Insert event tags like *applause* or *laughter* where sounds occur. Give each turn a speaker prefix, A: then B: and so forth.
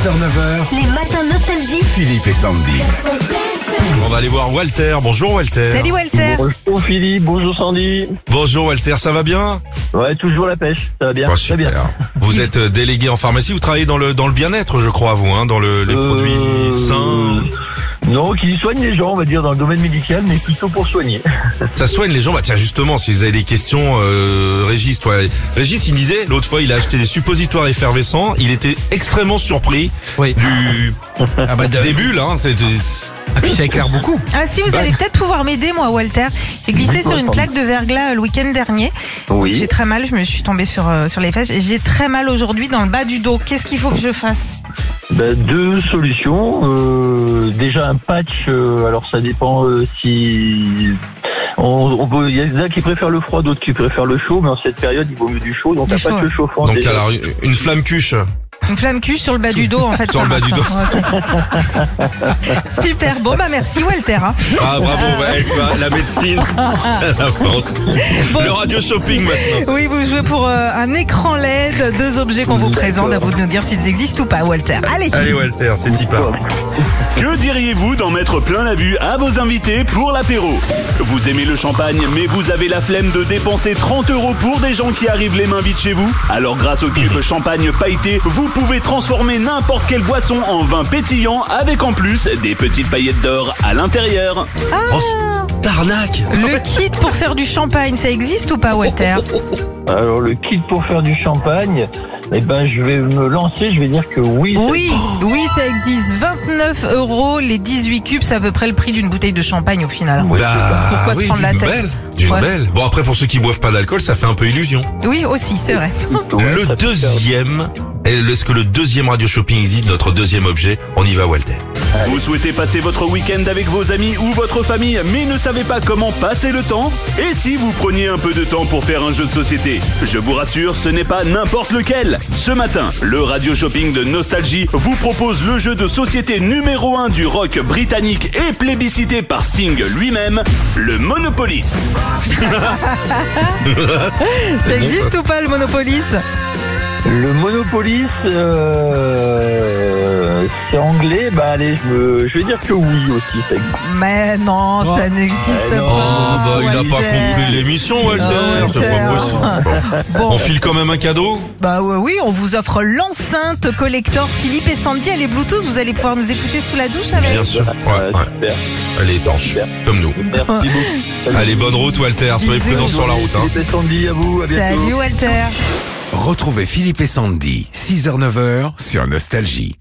A: 6h-9h,
B: Les matins nostalgiques.
A: Philippe et Sandy.
C: On va aller voir Walter. Bonjour Walter.
D: Salut Walter.
E: Bonjour Philippe, bonjour Sandy.
C: Bonjour Walter, ça va bien
E: Ouais, toujours la pêche, ça va bien,
C: Oh,
E: très
C: super.
E: bien.
C: Vous êtes euh, délégué en pharmacie, vous travaillez dans le dans le bien-être, je crois, vous, hein, dans le, les
E: Euh,
C: produits sains.
E: Non, qui soigne les gens, on va dire, dans le domaine médical, mais plutôt pour soigner.
C: Ça soigne les gens. Bah tiens, justement, si vous avez des questions, euh, Régis, toi, Régis, il disait l'autre fois, il a acheté des suppositoires effervescents. Il était extrêmement surpris
F: Oui.
C: du
F: Ah bah, de-
C: des bulles. Hein, c'était-
F: ah, puis ça éclaire beaucoup.
D: Ah si, vous allez peut-être pouvoir m'aider, moi, Walter. J'ai glissé sur une plaque de verglas euh, le week-end dernier. J'ai
E: Oui.
D: très mal, je me suis tombée sur, euh, sur les fesses. J'ai très mal aujourd'hui dans le bas du dos. Qu'est-ce qu'il faut que je fasse
E: Bah, deux solutions. Euh, déjà un patch, euh, alors ça dépend euh, si... On, on peut, il y a des qui préfèrent le froid, d'autres qui préfèrent le chaud, mais en cette période, il vaut mieux du chaud, donc
D: Du
E: un
D: chaud,
E: patch
D: ouais.
E: chauffant.
C: donc
E: déjà.
C: alors une- une flamme cuche.
D: Une flamme cul sur le bas du dos, en fait.
C: Sur
D: ça
C: le bas
D: marche,
C: du *laughs*
D: hein. Ok. Super, bon bah merci Walter. hein.
C: Ah bravo, ouais, tu vois, la
D: *laughs*
C: médecine, la France. Le radio shopping maintenant.
D: Oui, vous jouez pour euh, un écran LED, deux objets qu'on vous présente, à vous de nous dire s'ils existent ou pas, Walter. Allez,
C: Allez Walter, c'est dit pas.
G: Que diriez-vous d'en mettre plein la vue à vos invités pour l'apéro Vous aimez le champagne, mais vous avez la flemme de dépenser 30 euros pour des gens qui arrivent les mains vides chez vous Alors grâce au cube champagne pailleté, vous pouvez transformer n'importe quelle boisson en vin pétillant avec en plus des petites paillettes d'or à l'intérieur.
C: Oh, cette arnaque
D: le kit pour faire du champagne, ça existe ou pas, Walter
E: Alors le kit pour faire du champagne, eh ben je vais me lancer, je vais dire que oui. ça
D: Oui, oui, ça existe. 29 euros les 18 cubes, c'est à peu près le prix d'une bouteille de champagne au final.
C: Bah,
D: Pourquoi se
C: oui,
D: prendre la
C: d'une
D: tête
C: belle, d'une
D: Ouais.
C: belle. Bon après pour ceux qui boivent pas d'alcool, ça fait un peu illusion.
D: Oui, aussi,
C: *laughs*
D: c'est vrai.
C: le deuxième, est-ce que le deuxième radio shopping existe Notre deuxième objet, on y va Walter.
G: Vous souhaitez passer votre week-end avec vos amis ou votre famille, mais ne savez pas comment passer le temps Et si vous preniez un peu de temps pour faire un jeu de société Je vous rassure, ce n'est pas n'importe lequel. Ce matin, le radio shopping de Nostalgie vous propose le jeu de société numéro 1 du rock britannique et plébiscité par Sting lui-même, le Monopolis.
D: Ça existe ou pas le Monopolis
E: Le Monopolis, euh, c'est anglais. Bah allez, je, me, je vais dire que oui aussi. Ça existe.
D: Mais non, ça n'existe
E: Eh
D: pas.
E: non.
C: Oh bah il a pas
D: Walter.
C: compris l'émission Walter,
D: Ah,
C: c'est pas
D: Walter. Oh.
C: possible. Bon.
D: Bon,
C: On file quand même un cadeau
D: bah ouais, oui, on vous offre l'enceinte collector Philippe et Sandy, elle est Bluetooth, vous allez pouvoir nous écouter sous la douche avec.
C: Bien sûr. Ouais,
E: Euh,
C: ouais.
E: super.
C: Elle est étanche, comme nous.
E: Merci beaucoup.
C: Allez, bonne route Walter, soyez
D: Bisous.
C: prudents sur la route. Hein.
E: C'était Sandy, à vous. À bientôt.
D: Salut Walter.
A: Retrouvez Philippe et Sandy, 6h-9h sur Nostalgie.